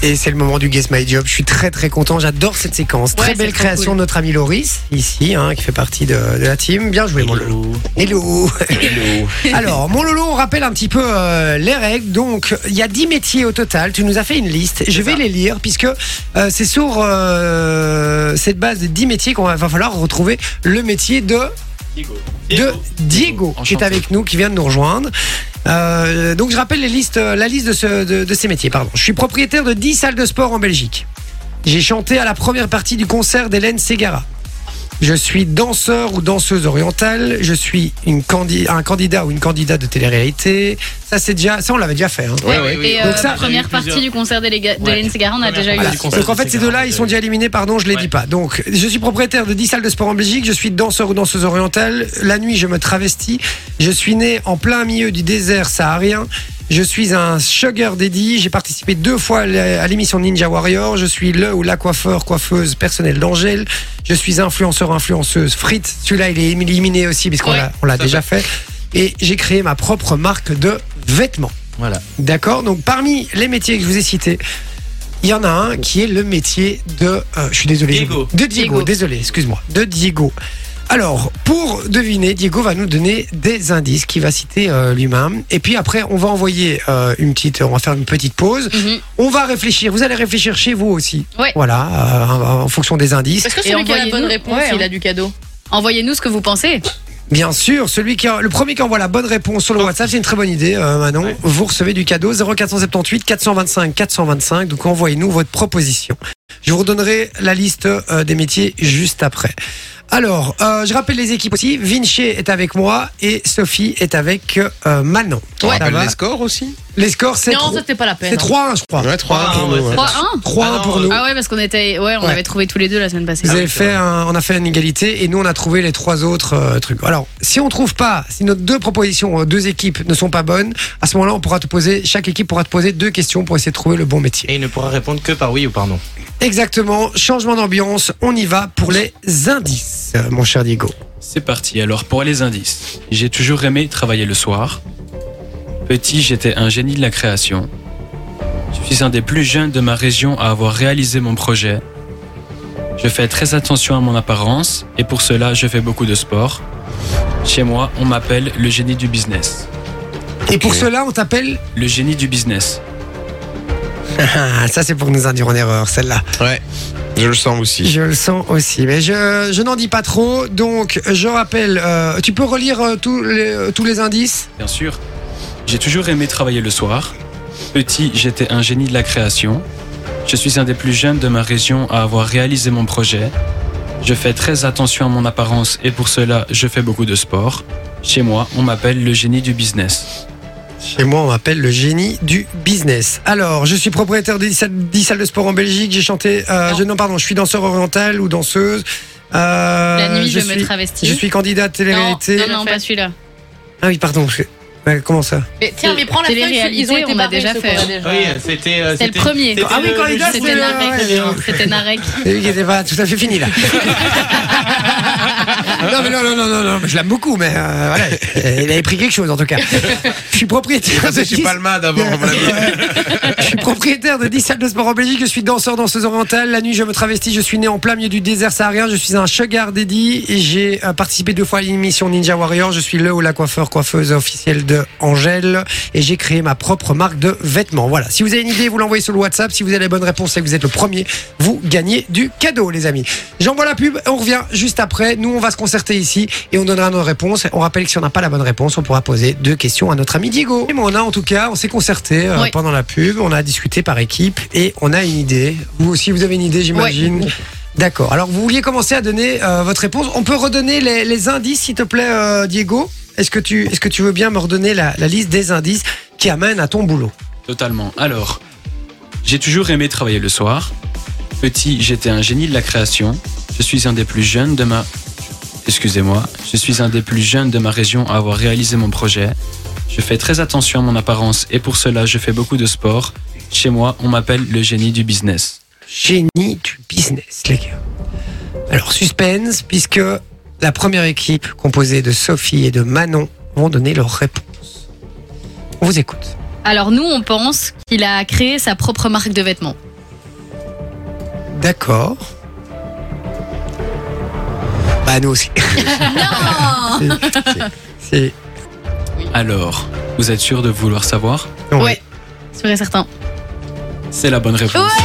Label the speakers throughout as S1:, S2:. S1: Et c'est le moment du Guess My Job. Je suis très très content. J'adore cette séquence.
S2: Ouais,
S1: très
S2: c'est
S1: belle
S2: très
S1: création
S2: cool.
S1: de notre ami Loris, ici, hein, qui fait partie de, de la team. Bien joué, mon Lolo. Hello. Alors, mon Lolo, on rappelle un petit peu euh, les règles. Donc, il y a 10 métiers au total. Tu nous as fait une liste. Je vais les lire puisque euh, c'est sur euh, cette base des 10 métiers qu'on va, va falloir retrouver le métier de de Diego qui est
S3: Enchanté.
S1: avec nous, qui vient de nous rejoindre. Euh, donc je rappelle les listes, euh, la liste de, ce- de- de ces métiers. Pardon. Je suis propriétaire de 10 salles de sport en Belgique. J'ai chanté à la première partie du concert d'Hélène Ségara. Je suis danseur ou danseuse orientale. Je suis une candi- un candidat ou une candidate de télé-réalité. Ça, c'est déjà, ça on l'avait déjà fait. hein.
S3: Ouais, ouais,
S2: Et
S3: oui.
S2: euh,
S1: Donc ça-
S2: première partie du concert d'Hélène
S3: Ouais.
S2: Segarra, on a
S3: Première
S2: déjà eu.
S3: partie
S1: Voilà.
S3: du
S2: aussi.
S3: concert
S1: Donc en
S3: de
S1: fait, ces
S3: Ségara,
S1: deux-là, ils sont déjà éliminés, pardon, je les
S3: Ouais.
S1: dis pas. Donc, je suis propriétaire de 10 salles de sport en Belgique, je suis danseur ou danseuse orientale, la nuit, je me travestis, je suis né en plein milieu du désert saharien, je suis un sugar daddy, j'ai participé deux fois à la- à l'émission Ninja Warrior, je suis le ou la coiffeur, coiffeuse personnelle d'Angèle, je suis influenceur, influenceuse frite, celui-là, il est éliminé aussi, puisqu'on
S2: Ouais,
S1: l'a- on l'a
S3: ça
S1: déjà fait, et j'ai créé ma propre marque de vêtements.
S3: Voilà.
S1: D'accord Donc parmi les métiers que je vous ai cités, il y en a un qui est le métier de... euh, je suis désolé. je-
S3: Diego.
S1: De Diego,
S2: Diego.
S1: désolé, excuse-moi. De Diego. Alors, pour deviner, Diego va nous donner des indices qu'il va citer euh, lui-même. Et puis après, on va envoyer euh, une petite... On va faire une petite pause.
S2: Mhm.
S1: On va réfléchir. Vous allez réfléchir chez vous aussi.
S2: Ouais.
S1: Voilà, euh, en fonction des indices.
S4: Est-ce que
S2: Et
S4: celui qui a la bonne
S2: envoyez-nous-
S4: réponse,
S2: ouais,
S4: il
S2: hein.
S4: a du cadeau
S2: Envoyez-nous ce que vous pensez.
S1: Bien sûr, celui qui a- le premier qui envoie la bonne réponse sur le WhatsApp, c'est une très bonne idée, euh, Manon. Vous recevez du cadeau 0478 425 425. Donc envoyez-nous votre proposition. Je vous redonnerai la liste euh, des métiers juste après. Alors, euh, je rappelle les équipes aussi. Vinci est avec moi et Sophie est avec euh, Manon.
S3: On
S1: Ça
S3: rappelle
S1: va
S3: les scores aussi
S1: Les scores, c'est
S4: Non, ça
S1: tro-
S4: c'était pas la
S1: c'est
S4: peine.
S1: 3-1, je crois.
S3: Ouais, 3
S1: pour nous, ouais.
S2: 3-1
S1: 3-1
S3: Ah
S1: pour
S3: non,
S1: nous.
S2: Ah ouais, parce qu'on était, ouais, on
S1: Ouais.
S2: avait trouvé tous les deux la semaine passée.
S1: Vous
S3: Ah
S1: avez
S3: oui,
S1: fait
S3: c'est
S1: un- on a fait une égalité et nous on a trouvé les trois autres euh, trucs. Alors, si on trouve pas, si nos deux propositions, euh, deux équipes ne sont pas bonnes, à ce moment-là, on pourra te poser, chaque équipe pourra te poser deux questions pour essayer de trouver le bon métier.
S3: Et il ne pourra répondre que par oui ou par non.
S1: Exactement. Changement d'ambiance. On y va pour les indices, euh, mon cher Diego.
S5: C'est parti, alors pour les indices. J'ai toujours aimé travailler le soir. Petit, j'étais un génie de la création. Je suis un des plus jeunes de ma région à avoir réalisé mon projet. Je fais très attention à mon apparence et pour cela, je fais beaucoup de sport. Chez moi, on m'appelle le génie du business.
S1: Et pour cela, on t'appelle.
S5: Le génie du business.
S1: Ah, ça c'est pour nous induire en erreur, celle-là.
S3: Ouais, je le sens aussi.
S1: Je le sens aussi, mais je, je n'en dis pas trop. Donc, je rappelle. euh, tu peux relire euh, tous les tous les indices.
S5: Bien sûr. J'ai toujours aimé travailler le soir. Petit, j'étais un génie de la création. Je suis un des plus jeunes de ma région à avoir réalisé mon projet. Je fais très attention à mon apparence et pour cela, je fais beaucoup de sport. Chez moi, on m'appelle le génie du business.
S1: Chez moi, on m'appelle le génie du business. Alors, je suis propriétaire de 10 salles- 10 salles de sport en Belgique. J'ai chanté. euh, je, non, pardon, je suis danseur oriental ou danseuse. Euh,
S2: La nuit, je, me
S1: suis,
S2: travestis.
S1: je suis candidate
S2: Non,
S1: télé-réalité.
S2: non, non, pas celui-là.
S1: Ah oui, pardon. je- ouais, Comment ça
S4: Mais tiens, mais prends la feuille,
S2: Télé-réalité,
S4: ils ont été
S2: on l'a
S4: barrés,
S2: déjà
S4: ceux
S2: fait. hein.
S4: qu'on a déjà.
S3: Oui, c'était. euh,
S2: C'était le
S3: c'était-
S2: premier.
S3: c'était
S1: Ah oui,
S3: le-
S1: quand il a-
S2: C'était
S1: le-
S2: Narek. hein.
S1: ouais.
S2: C'était Narek.
S1: C'est lui qui n'était pas tout à fait fini là. non, mais non, non, non, non, non, mais je l'aime beaucoup, mais euh, voilà. euh, Il avait pris quelque chose en tout cas. Je suis propriétaire de
S3: Je suis
S1: 10
S3: pas le mad avant, à mon avis.
S1: Je suis propriétaire de 10 salles de sport en Belgique, je suis danseur, danseuse orientale. La nuit, je me travestis, je suis né en plein milieu du désert saharien, je suis un sugar daddy et j'ai euh, participé deux fois à l'émission Ninja Warrior. Je suis le ou la coiffeur, coiffeuse officielle de Angèle et j'ai créé ma propre marque de vêtements. Voilà. Si vous avez une idée, vous l'envoyez sur le WhatsApp. Si vous avez la bonne réponse et que vous êtes le premier, vous gagnez du cadeau, les amis. J'envoie la pub, on revient juste après. Nous, on va se concerter ici et on donnera nos réponses. On rappelle que si on n'a pas la bonne réponse, on pourra poser deux questions à notre ami Diego. Et on a en tout cas, on s'est concerté euh,
S2: Oui.
S1: pendant la pub, on a discuté par équipe et on a une idée. Vous aussi, vous avez une idée, j'imagine. D'accord. Alors, vous vouliez commencer à donner euh, votre réponse. On peut redonner les, les indices, s'il te plaît, euh, Diego est-ce que, tu, est-ce que tu veux bien me redonner la, la liste des indices qui amènent à ton boulot
S5: Totalement. Alors, j'ai toujours aimé travailler le soir. Petit, j'étais un génie de la création. Je suis un des plus jeunes de ma... Excusez-moi. Je suis un des plus jeunes de ma région à avoir réalisé mon projet. Je fais très attention à mon apparence et pour cela, je fais beaucoup de sport. Chez moi, on m'appelle le génie du business.
S1: génie du business, les gars. Alors, suspense, puisque la première équipe composée de Sophie et de Manon vont donner leur réponse. On vous écoute.
S2: Alors nous, on pense qu'il a créé sa propre marque de vêtements.
S1: D'accord. Bah, nous aussi. Non C'est.
S5: Alors, vous êtes sûr de vouloir savoir
S1: c'est- ouais.
S2: Ouais. Sûr et certain.
S5: C'est la bonne réponse.
S1: Ouais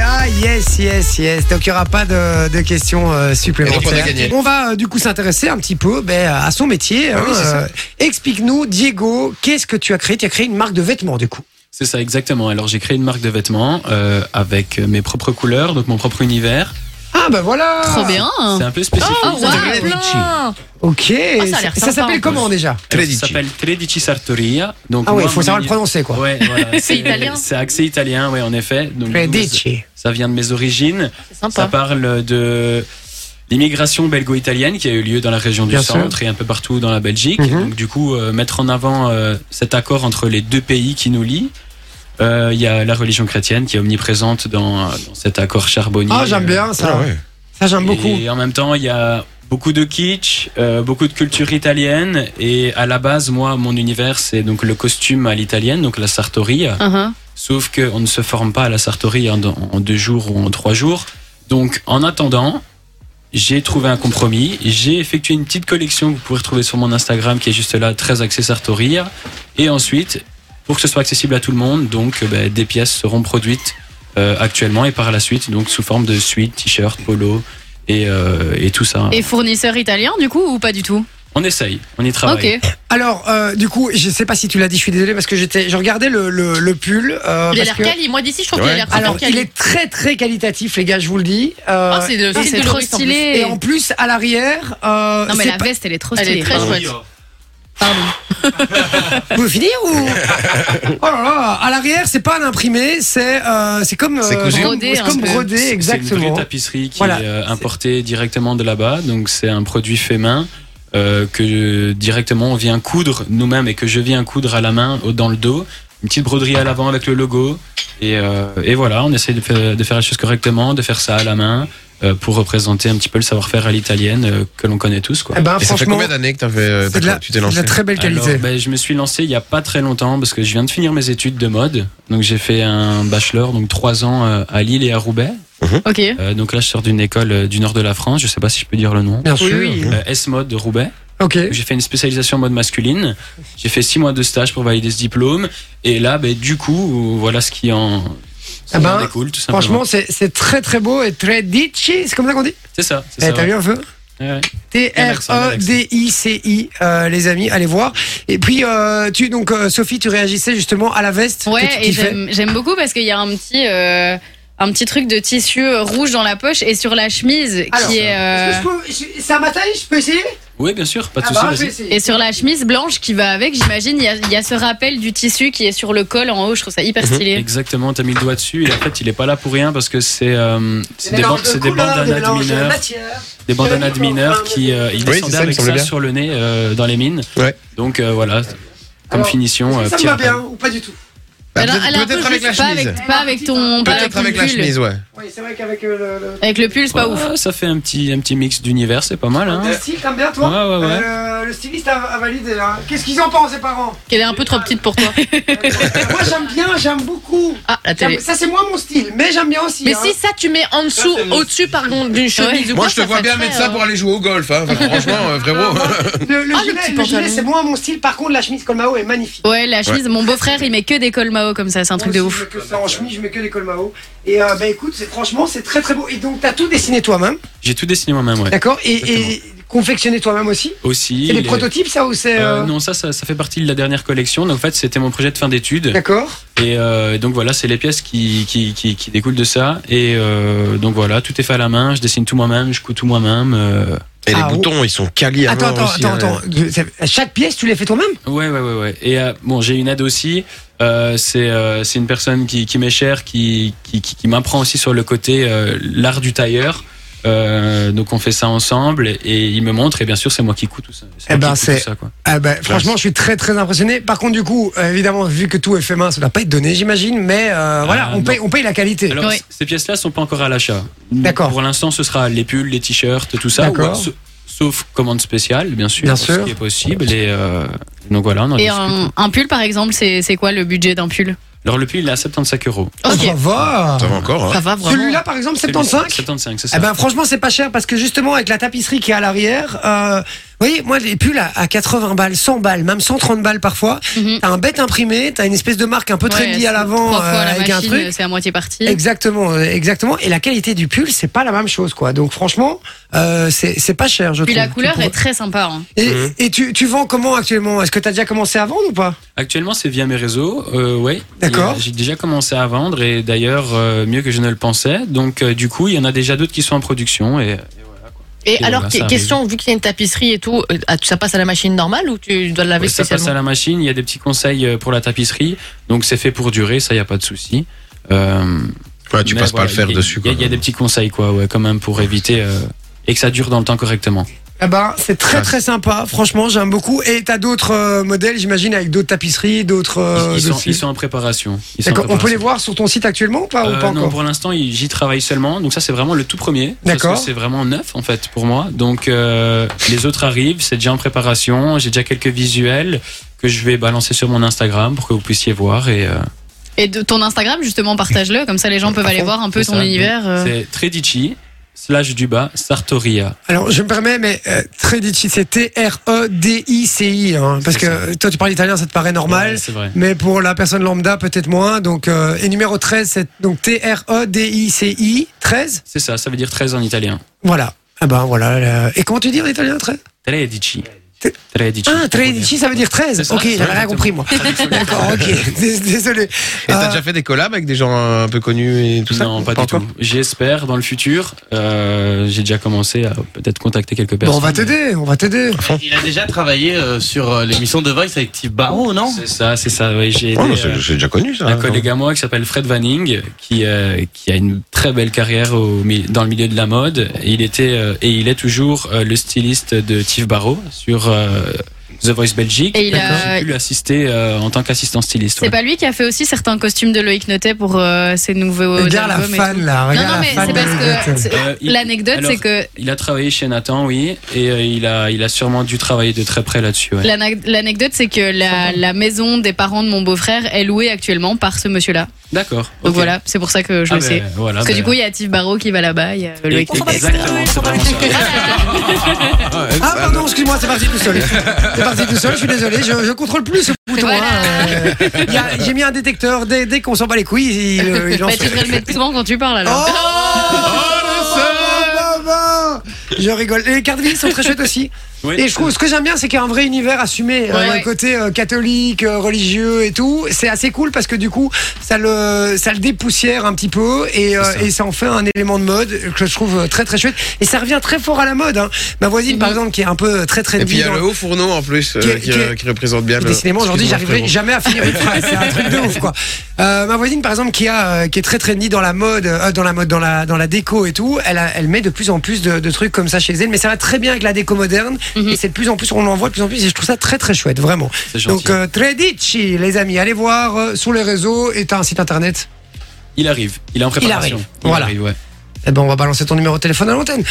S1: Ah yes, yes, yes. Donc il n'y aura pas de, de questions euh,
S3: Et donc, on a
S1: supplémentaires.
S3: gagné. Ah
S1: On va euh, du coup s'intéresser un petit peu ben, à son métier. hein.
S3: oui, c'est ça.
S1: Euh, Explique-nous, Diego, qu'est-ce que tu as créé Tu as créé une marque de vêtements du coup.
S5: C'est ça, exactement. Alors, j'ai créé une marque de vêtements euh, avec mes propres couleurs, donc mon propre univers.
S1: Ah bah voilà
S2: Trop bien.
S5: C'est un peu spécifique.
S2: Oh,
S3: Ça
S2: waouh.
S3: s'appelle Vinci.
S1: Ok,
S2: Ah, a
S1: ça,
S2: l'air
S1: ça
S2: sympa.
S1: s'appelle comment déjà
S5: Alors,
S3: Tredici.
S5: Ça s'appelle Tredici Sartoria. Donc,
S1: Ah ouais,
S5: moi,
S1: il faut
S5: mon
S1: savoir le
S5: uni-
S1: prononcer quoi.
S5: Ouais, voilà, c'est
S2: italien.
S5: C'est axé italien, ouais, en effet. Donc,
S1: Les
S5: nous,
S1: Dici.
S5: ça vient de mes origines.
S2: C'est
S5: Ça
S2: sympa.
S5: parle de l'immigration belgo-italienne qui a eu lieu dans la région
S1: Bien
S5: du
S1: sûr.
S5: centre et un peu partout dans la Belgique.
S1: Mhm.
S5: Donc du coup, euh, mettre en avant euh, cet accord entre les deux pays qui nous lient. Euh, Il y a la religion chrétienne qui est omniprésente dans, dans cet accord charbonnier. euh,
S1: Ah j'aime bien ça. Ça j'aime beaucoup.
S5: Et en même temps, il y a beaucoup de kitsch, euh, beaucoup de culture italienne. Et à la base, moi, mon univers, c'est donc le costume à l'italienne, donc la sartoria.
S2: Uh-huh.
S5: Sauf qu'on ne se forme pas à la sartorie en, en deux jours ou en trois jours. Donc, en attendant, j'ai trouvé un compromis. J'ai effectué une petite collection que vous pouvez retrouver sur mon Instagram qui est juste là, très axée sartorie. Et ensuite, pour que ce soit accessible à tout le monde, donc euh, ben, des pièces seront produites euh, actuellement et par la suite, donc sous forme de suite, t-shirt, polo et, euh, et tout ça.
S2: Et fournisseur italien du coup ou pas du tout
S5: On essaye, on y travaille.
S2: Ok.
S1: Alors euh, du coup, je sais pas si tu l'as dit, je suis désolé parce que j'étais, je regardais le, le, le pull. euh,
S4: Il a
S1: parce
S4: l'air
S1: que-
S4: quali. Moi d'ici, je trouve qu'il a
S3: Ouais.
S4: l'air super
S1: Alors il
S4: quali.
S1: est très très qualitatif les gars, je vous le dis. Euh,
S4: Oh, c'est le
S2: Ah,
S4: style
S2: c'est
S4: de
S2: trop
S4: Loris, en plus.
S2: stylé.
S1: Et en plus, à l'arrière, euh,
S2: Non mais
S1: c'est
S2: la
S1: pas-
S2: veste elle est trop
S4: Elle
S2: stylée.
S4: est très
S2: Pardon.
S4: chouette.
S2: Pardon.
S1: vous pouvez finir ou Oh là là, à l'arrière, c'est pas un imprimé, c'est euh, c'est comme
S3: C'est cousu.
S2: Brodé
S1: c'est
S2: un
S1: comme
S2: peu.
S1: brodé
S5: C'est- C'est une
S1: exactement.
S5: vraie tapisserie qui
S1: Voilà.
S5: est euh, importée directement de là-bas. Donc c'est un produit fait main euh, que je- directement on vient coudre nous-mêmes et que je viens coudre à la main au- dans le dos. Une petite broderie à l'avant avec le logo. Et, euh, et voilà, on essaie de faire, de faire les choses correctement, de faire ça à la main euh, pour représenter un petit peu le savoir-faire à l'italienne euh, que l'on connaît tous. Quoi.
S1: Eh ben
S3: Et ça fait
S1: franchement,
S3: combien d'années que t'as fait, euh,
S1: c'est de la,
S3: tu t'es
S1: c'est de la
S3: lancé Ah,
S1: très belle
S5: Alors,
S1: qualité.
S5: ben, je me suis lancé il n'y a pas très longtemps parce que je viens de finir mes études de mode. Donc j'ai fait un bachelor, donc trois ans euh, à Lille et à Roubaix.
S2: Ok.
S5: Euh, donc là, je sors d'une école euh, du nord de la France, je sais pas si je peux dire le nom.
S3: Mmh.
S1: Bien
S2: Oui,
S1: sûr.
S2: oui.
S5: Euh, S-Mode de Roubaix.
S1: Ok.
S5: J'ai fait une spécialisation en mode masculine. J'ai fait six mois de stage pour valider ce diplôme. Et là, ben, du coup, voilà ce qui en, ce qui
S1: Ah ben,
S5: en découle, tout simplement.
S1: Franchement, c'est c'est très très beau et très ditchy. C'est comme ça qu'on dit.
S5: c'est ça. c'est
S1: Eh,
S5: ça,
S1: T'as
S5: ouais.
S1: vu un peu
S5: Ouais, ouais.
S1: E T-R-E-D-I-C-I, euh, les amis, allez voir. Et puis, euh, tu, donc, euh, Sophie, tu réagissais justement à la veste que tu
S2: Ouais, et
S1: kiffais.
S2: j'aime j'aime beaucoup parce qu'il y a un petit, euh, un petit truc de tissu euh, rouge dans la poche et sur la chemise
S1: Alors,
S2: qui est. euh,
S1: Est-ce que je peux- je- C'est à ma taille, je peux essayer
S5: Oui, bien sûr, pas de
S1: Ah
S5: souci.
S1: bah, je
S5: vas-y.
S1: vais essayer.
S2: euh, Et sur la chemise blanche qui va avec, j'imagine, il y, a- il y a ce rappel du tissu qui est sur le col en haut. Je trouve ça hyper stylé.
S5: Exactement, t'as mis le doigt dessus. Et en fait, il est pas là pour rien parce que c'est euh, c'est des, ban- c'est des bandanas de mineurs. des bandanas de mineurs qui euh, ils
S3: Oui,
S5: descendaient
S3: c'est ça, il me
S5: avec ça
S3: semblait bien.
S5: sur le nez euh, dans les mines.
S3: Ouais.
S5: Donc euh, voilà, comme
S1: Alors,
S5: finition. euh,
S1: Ça
S5: petit
S1: me va
S5: rappel.
S1: bien ou pas du tout
S3: Bah,
S2: Elle a- elle a un peu
S3: Peut-être avec
S2: juste
S3: la
S2: pas
S3: chemise.
S2: Avec, pas avec ton. pas
S3: Peut-être
S2: avec
S3: avec
S2: ton
S3: la
S2: pull.
S3: chemise, ouais.
S1: Oui, c'est vrai qu'avec euh, le. le-
S2: Avec le pull, c'est pas ouf.
S5: Ouais, Ah, Ça fait un petit, un petit mix d'univers, c'est pas mal. Hein.
S1: Le style, t'aimes bien toi
S5: Ouais, ouais, ouais.
S1: Euh, le, le styliste a, a validé. hein. Qu'est-ce qu'ils en pensent, ses parents
S4: Qu'elle est un peu trop petite pour toi.
S1: Moi, j'aime bien, j'aime beaucoup.
S2: Ah, la
S1: J'aime-
S2: télé.
S1: Ça, c'est moi mon style, mais j'aime bien aussi.
S4: Mais
S1: hein.
S4: si ça, tu mets en dessous,
S3: c'est mon
S4: au-dessus, pardon, d'une chemise ou
S3: Moi,
S4: quoi,
S3: je te
S4: ça
S3: vois
S4: fait
S3: bien
S4: très,
S3: mettre ça
S4: euh,
S3: pour aller jouer au golf, hein. franchement, euh,
S1: Euh,
S3: frérot.
S1: moi, le, le
S4: Ah, le
S1: gilet,
S4: petit
S1: le gilet,
S4: pantalon.
S1: c'est moins mon style. Par contre, la chemise Colmao est magnifique.
S2: Ouais, la chemise. Mon beau-frère, il met que des cols Mao comme ça. C'est un truc de
S1: Moi aussi,
S2: ouf.
S1: Je mets que ça en chemise, je mets que les Colmao. Et euh, bah écoute, c'est- franchement, c'est très très beau. Et donc, t'as tout dessiné toi-même,
S5: J'ai tout dessiné moi-même, ouais.
S1: d'accord et, et confectionné toi-même aussi
S5: Aussi.
S1: C'est des
S5: les-
S1: prototypes ça ou c'est.
S5: Euh,
S1: euh,
S5: non, ça, ça, ça fait partie de la dernière collection. Donc, en fait, c'était mon projet de fin d'études.
S1: D'accord.
S5: Et euh, donc, voilà, c'est les pièces qui, qui, qui, qui découlent de ça. Et euh, donc, voilà, tout est fait à la main. Je dessine tout moi-même, je couds tout moi-même. euh.
S3: Et les
S1: Ah,
S3: boutons, ils sont quali à
S1: Attends,
S3: mort
S1: attends,
S3: aussi,
S1: attends,
S3: hein.
S1: attends. Je- ça- Chaque pièce, tu les fais toi-même
S5: Ouais, ouais, ouais, ouais. Et euh, bon, j'ai une aide aussi. Euh, c'est euh, c'est une personne qui, qui m'est chère, qui, qui, qui, qui m'apprend aussi sur le côté euh, l'art du tailleur. Euh, donc on fait ça ensemble et il me montre et bien sûr c'est moi qui coûte tout ça.
S1: Eh
S5: moi
S1: ben,
S5: qui couds tout
S1: c'est-
S5: ça, quoi.
S1: Ah ben, franchement, je suis très très impressionné. Par contre, du coup, euh, évidemment, vu que tout est fait main, ça doit pas être donné, j'imagine. Mais euh, voilà, on
S5: non.
S1: paye, on paye la qualité.
S5: Alors
S2: Oui.
S5: c- ces pièces-là sont pas encore à l'achat.
S1: D'accord.
S5: Pour l'instant ce sera les pulls, les t-shirts, tout ça.
S1: D'accord.
S5: ou- sa- Sauf commande spéciale bien sûr.
S1: Bien
S5: ce
S1: sûr.
S5: qui est possible et euh, donc voilà. On en
S2: Et
S1: Ah,
S5: discute.
S2: un, un pull, par exemple, c'est c'est quoi le budget d'un pull
S5: Alors le prix, il est à 75 euros.
S1: Ah, Ça
S4: Ok,
S1: va.
S3: Ça va encore,
S4: ça
S3: hein.
S4: va vraiment.
S1: Celui-là, par exemple, 75
S5: 75, c'est ça.
S1: Eh ben franchement c'est pas cher parce que justement avec la tapisserie qui est à l'arrière, euh, vous voyez moi les pulls à, à 80 balles, 100 balles, même 130 balles parfois.
S2: Mhm.
S1: T'as un bête imprimé, t'as une espèce de marque un peu trendy
S2: Ouais,
S1: à l'avant
S2: trois fois
S1: euh,
S2: la
S1: avec
S2: machine,
S1: un truc.
S2: C'est à moitié parti.
S1: Exactement, euh, exactement. Et la qualité du pull c'est pas la même chose quoi. Donc franchement euh, c'est c'est pas cher je
S2: Puis
S1: trouve.
S2: la couleur
S1: Tu
S2: est
S1: pourrais-
S2: très sympa. hein.
S1: Et,
S5: Mhm.
S1: et tu, tu vends comment actuellement Est-ce que t'as déjà commencé à vendre ou pas
S5: Actuellement, c'est via mes réseaux, euh, ouais.
S1: D'accord.
S5: Et, euh, J'ai déjà commencé à vendre et d'ailleurs, euh, mieux que je ne le pensais. Donc, euh, du coup, il y en a déjà d'autres qui sont en production et
S4: Et
S5: Et
S4: alors,
S5: ben,
S4: que-
S5: ça
S4: question, vu qu'il y a une tapisserie et tout, euh, ah, ça passe à la machine normale ou tu dois le laver
S5: Ouais, ça passe à
S4: spécialement
S5: la machine. Il y a des petits conseils euh, pour la tapisserie. Donc, c'est fait pour durer, ça, il n'y a pas de souci. Euh,
S3: Ouais, Ah, tu
S5: mais
S3: passes pas
S5: voilà,
S3: le fer
S5: il y a-
S3: dessus,
S5: Il
S3: quoi.
S5: y, a- il y a des petits conseils, quoi, ouais, quand même, pour éviter euh, et que ça dure dans le temps correctement.
S1: Eh ben, c'est très
S5: Ouais.
S1: très sympa, franchement j'aime beaucoup. Et t'as d'autres euh, modèles j'imagine avec d'autres tapisseries, d'autres... euh,
S5: ils, ils sont,
S1: d'autres-
S5: ils sont en préparation. Ils sont en
S1: D'accord. on peut les
S5: préparation.
S1: voir sur ton site actuellement ou pas, Ah, ou
S5: Euh,
S1: pas
S5: non,
S1: encore
S5: pour l'instant, il- j'y travaille seulement. Donc ça, c'est vraiment le tout premier. parce
S1: D'accord.
S5: que C'est vraiment neuf en fait pour moi. Donc euh, les autres arrivent, c'est déjà en préparation. J'ai déjà quelques visuels que je vais balancer sur mon Instagram pour que vous puissiez voir. Et euh,
S2: Et de ton Instagram, justement, partage-le. Comme ça, les gens peuvent
S1: À
S2: aller
S1: fond.
S2: voir un peu
S5: C'est
S2: ton
S5: ça.
S2: univers. euh.
S5: c'est Tredici slash du bas Sartoria.
S1: Alors, je me permets, mais euh, Tredici, c'est E T-R-E-D-I-C-I. hein, parce
S5: C'est
S1: que toi, tu parles italien, ça te paraît normal.
S5: Ouais, c'est vrai.
S1: Mais pour la personne lambda, peut-être moins. Donc, euh, et numéro 13, c'est donc E T-R-E-D-I-C-I, 13.
S5: C'est ça. Ça veut dire 13 en italien.
S1: Voilà. Ah ben voilà. euh, Et comment tu dis en italien 13
S5: Tredici.
S1: T-
S5: Tredici.
S1: Ah, Tredici, Ah, ça veut dire
S5: C'est
S1: 13.
S5: ça,
S1: Ok,
S5: c'est
S1: j'avais
S5: ça,
S1: rien compris, moi. D'accord, ok. Dés- Désolé.
S3: Et t'as
S1: Euh,
S3: déjà fait des collabs avec des gens un peu connus et tout ça
S5: non, pas, du
S3: encore
S5: tout. J'espère dans le futur. euh, J'ai déjà commencé à peut-être contacter quelques
S1: Bon,
S5: personnes.
S1: on va t'aider, on va t'aider.
S6: Il a déjà travaillé euh, sur euh, l'émission de Voice avec Steve
S3: Oh,
S6: Barrow, non
S5: C'est ça, c'est ça. ouais, J'ai
S1: Oh,
S5: aidé,
S3: Ouais, Oh, non, c'est
S5: euh,
S3: c'est déjà connu, ça.
S5: un collègue à moi qui s'appelle Fred Vanning, qui, euh, qui a une très belle carrière au, mi- dans le milieu de la mode. Et il était euh, et il est toujours euh, le styliste de Tiff Barrow sur euh, The Voice Belgique.
S2: Et il a-
S5: J'ai pu lui assister euh, en tant qu'assistant styliste.
S2: C'est
S5: ouais.
S2: pas lui qui a fait aussi certains costumes de Loïc Notet pour euh, ses nouveaux.
S1: Regarde la
S2: albums et
S1: fan,
S2: tout.
S1: là.
S2: Non,
S1: Regarde
S2: non,
S1: la
S2: mais
S1: fan
S2: c'est
S1: de
S2: parce que
S1: Juliette.
S2: c'est-
S5: Euh, il-
S2: l'anecdote,
S5: alors,
S2: c'est que
S5: Il a travaillé chez Nathan, oui, et euh, il a il a sûrement dû travailler de très près là-dessus. ouais.
S2: l'ana- l'anecdote, c'est que la, la maison des parents de mon beau-frère est louée actuellement par ce monsieur-là.
S5: D'accord.
S2: Donc
S5: ok.
S2: voilà, c'est pour ça que je
S5: Ah
S2: le
S5: ben,
S2: sais.
S5: voilà,
S2: Parce que
S5: ben,
S2: du coup, il y a Tiff Barrow qui va là-bas, il y a Loïc Notet.
S5: Exactement, c'est vraiment ça.
S1: Ah pardon, excuse-moi, c'est parti tout seul. C'est parti tout seul, je suis désolé, je, je contrôle plus ce bouton.
S2: Voilà.
S1: hein, euh, il y a- J'ai mis un détecteur, dès, dès qu'on s'en bat les couilles, il, euh, il lance.
S2: Bah, tu devrais le mettre souvent quand tu parles
S1: Oh,
S2: alors.
S1: bah, bah, bah. Je rigole. Et les cartes de visite sont très chouettes aussi.
S5: Oui.
S1: Et je trouve ce que j'aime bien, c'est qu'il y a un vrai univers assumé.
S2: Ouais.
S1: euh, le côté euh, catholique, euh, religieux et tout. C'est assez cool parce que du coup, ça le, ça le dépoussière un petit peu et, euh,
S5: C'est ça.
S1: et ça en fait un élément de mode que je trouve euh, très très chouette. Et ça revient très fort à la mode. hein. Ma voisine, par exemple, qui est un peu euh, très très
S3: Et puis il y a le haut fourneau en plus euh,
S1: Qui-
S3: qui,
S1: qui-
S3: euh, qui représente bien
S1: Et
S3: le.
S1: Décidément, aujourd'hui,
S3: Excuse-moi,
S1: j'arriverai
S3: frérot.
S1: jamais à finir une phrase. C'est un truc de ouf, quoi. Euh, ma voisine, par exemple, qui a, euh, qui est très trendy dans la mode, euh, dans la mode, dans la, dans la déco et tout, elle, a- elle met de plus en plus de, de trucs comme ça chez elle. Mais ça va très bien avec la déco moderne.
S2: Mhm.
S1: Et c'est de plus en plus, on en voit de plus en plus. Et je trouve ça très, très chouette, vraiment.
S5: C'est gentil.
S1: Donc, euh, Tredici, les amis, allez voir euh, sur les réseaux. Et t'as un site internet.
S5: Il arrive, il est en préparation.
S1: arrive, voilà.
S5: arrive, ouais.
S1: Eh ben, on va balancer ton numéro de téléphone à l'antenne.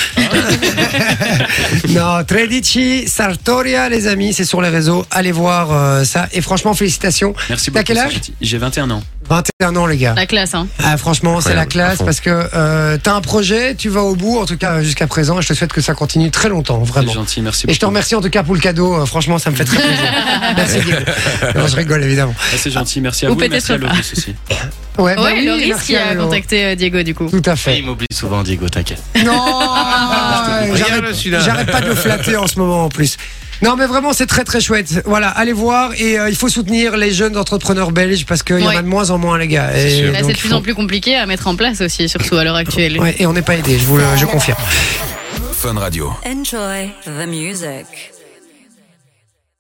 S1: non, Tredici, Sartoria, les amis, c'est sur les réseaux. Allez voir euh, ça. Et franchement, félicitations.
S5: Merci
S1: T'as
S5: beaucoup.
S1: quel
S5: c'est
S1: âge
S5: gentil. J'ai 21 ans.
S1: 21 ans, les gars.
S2: La classe, hein.
S1: Ah, franchement, c'est la
S3: Incroyable, à
S1: classe
S3: fond.
S1: parce que euh, t'as un projet, tu vas au bout, en tout cas euh, jusqu'à présent, et je te souhaite que ça continue très longtemps,
S5: C'est
S1: vraiment.
S5: gentil, merci
S1: Et
S5: beaucoup.
S1: je te remercie en tout cas pour le cadeau, euh, franchement, ça me fait très plaisir. merci Diego. Non, je rigole évidemment.
S5: Ah, C'est gentil, merci à
S2: Ou
S5: vous. et Merci à
S2: peut-être pas.
S5: Loris aussi.
S1: Ouais, bah
S2: Ouais,
S1: oui,
S2: Loris
S1: merci
S2: qui
S1: à
S2: a
S1: Laurent.
S2: contacté euh, Diego du coup.
S1: Tout à
S6: Il
S1: fait.
S6: m'oublie souvent, Diego, t'inquiète.
S1: Non,
S2: Ah,
S3: Regarde-le,
S1: j'arrête-
S3: celui-là.
S1: j'arrête pas de le flatter en ce moment en plus. Non mais vraiment c'est très très chouette. Voilà, allez voir et euh, il faut soutenir les jeunes entrepreneurs belges parce qu'il y en
S2: Ouais.
S1: a de moins en moins les gars. Et
S3: sûr.
S1: donc,
S2: Là, c'est de
S1: il
S2: plus
S1: faut-
S2: en plus compliqué à mettre en place aussi, surtout à l'heure actuelle. Ah,
S1: Ouais, et on n'est pas aidé, je vous le, je confirme.
S7: Enjoy the music.